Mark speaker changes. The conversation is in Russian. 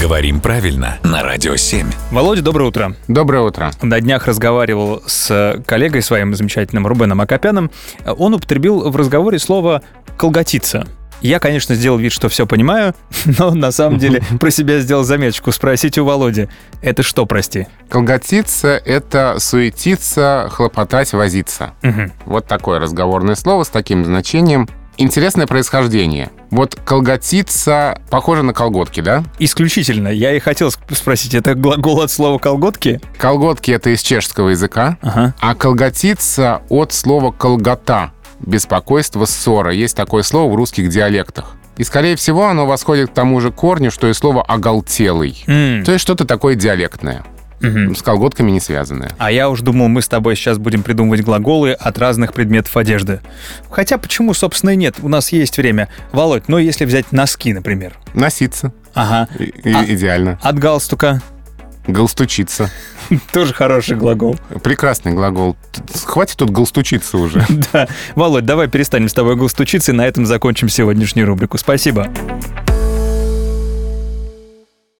Speaker 1: Говорим правильно на Радио 7.
Speaker 2: Володя, доброе утро.
Speaker 3: Доброе утро.
Speaker 2: На днях разговаривал с коллегой своим замечательным Рубеном Акопяном. Он употребил в разговоре слово «колготиться». Я, конечно, сделал вид, что все понимаю, но на самом деле про себя сделал заметочку. Спросите у Володи, это что, прости?
Speaker 3: Колготиться — это суетиться, хлопотать, возиться.
Speaker 2: Мгм.
Speaker 3: Вот такое разговорное слово с таким значением. Интересное происхождение. Вот колготиться похоже на колготки, да?
Speaker 2: Исключительно. Я и хотел ск- спросить, это глагол от слова «колготки»?
Speaker 3: Колготки — это из чешского языка,
Speaker 2: Ага.
Speaker 3: а колготиться от слова «колгота» — беспокойство, ссора. Есть такое слово в русских диалектах. И, скорее всего, оно восходит к тому же корню, что и слово «оголтелый».
Speaker 2: М,
Speaker 3: То есть что-то такое диалектное,
Speaker 2: мгм.
Speaker 3: с колготками не связанное.
Speaker 2: А я уж думал, мы с тобой сейчас будем придумывать глаголы от разных предметов одежды. Хотя почему, собственно, и нет? У нас есть время. Володь, ну если взять носки, например.
Speaker 3: Носиться.
Speaker 2: Ага.
Speaker 3: И- и-
Speaker 2: А-
Speaker 3: Идеально.
Speaker 2: От галстука.
Speaker 3: Галстучиться.
Speaker 2: Тоже хороший глагол.
Speaker 3: Прекрасный глагол. Т- Хватит тут галстучиться уже.
Speaker 2: Да. Володь, давай перестанем с тобой густучиться и на этом закончим сегодняшнюю рубрику. Спасибо.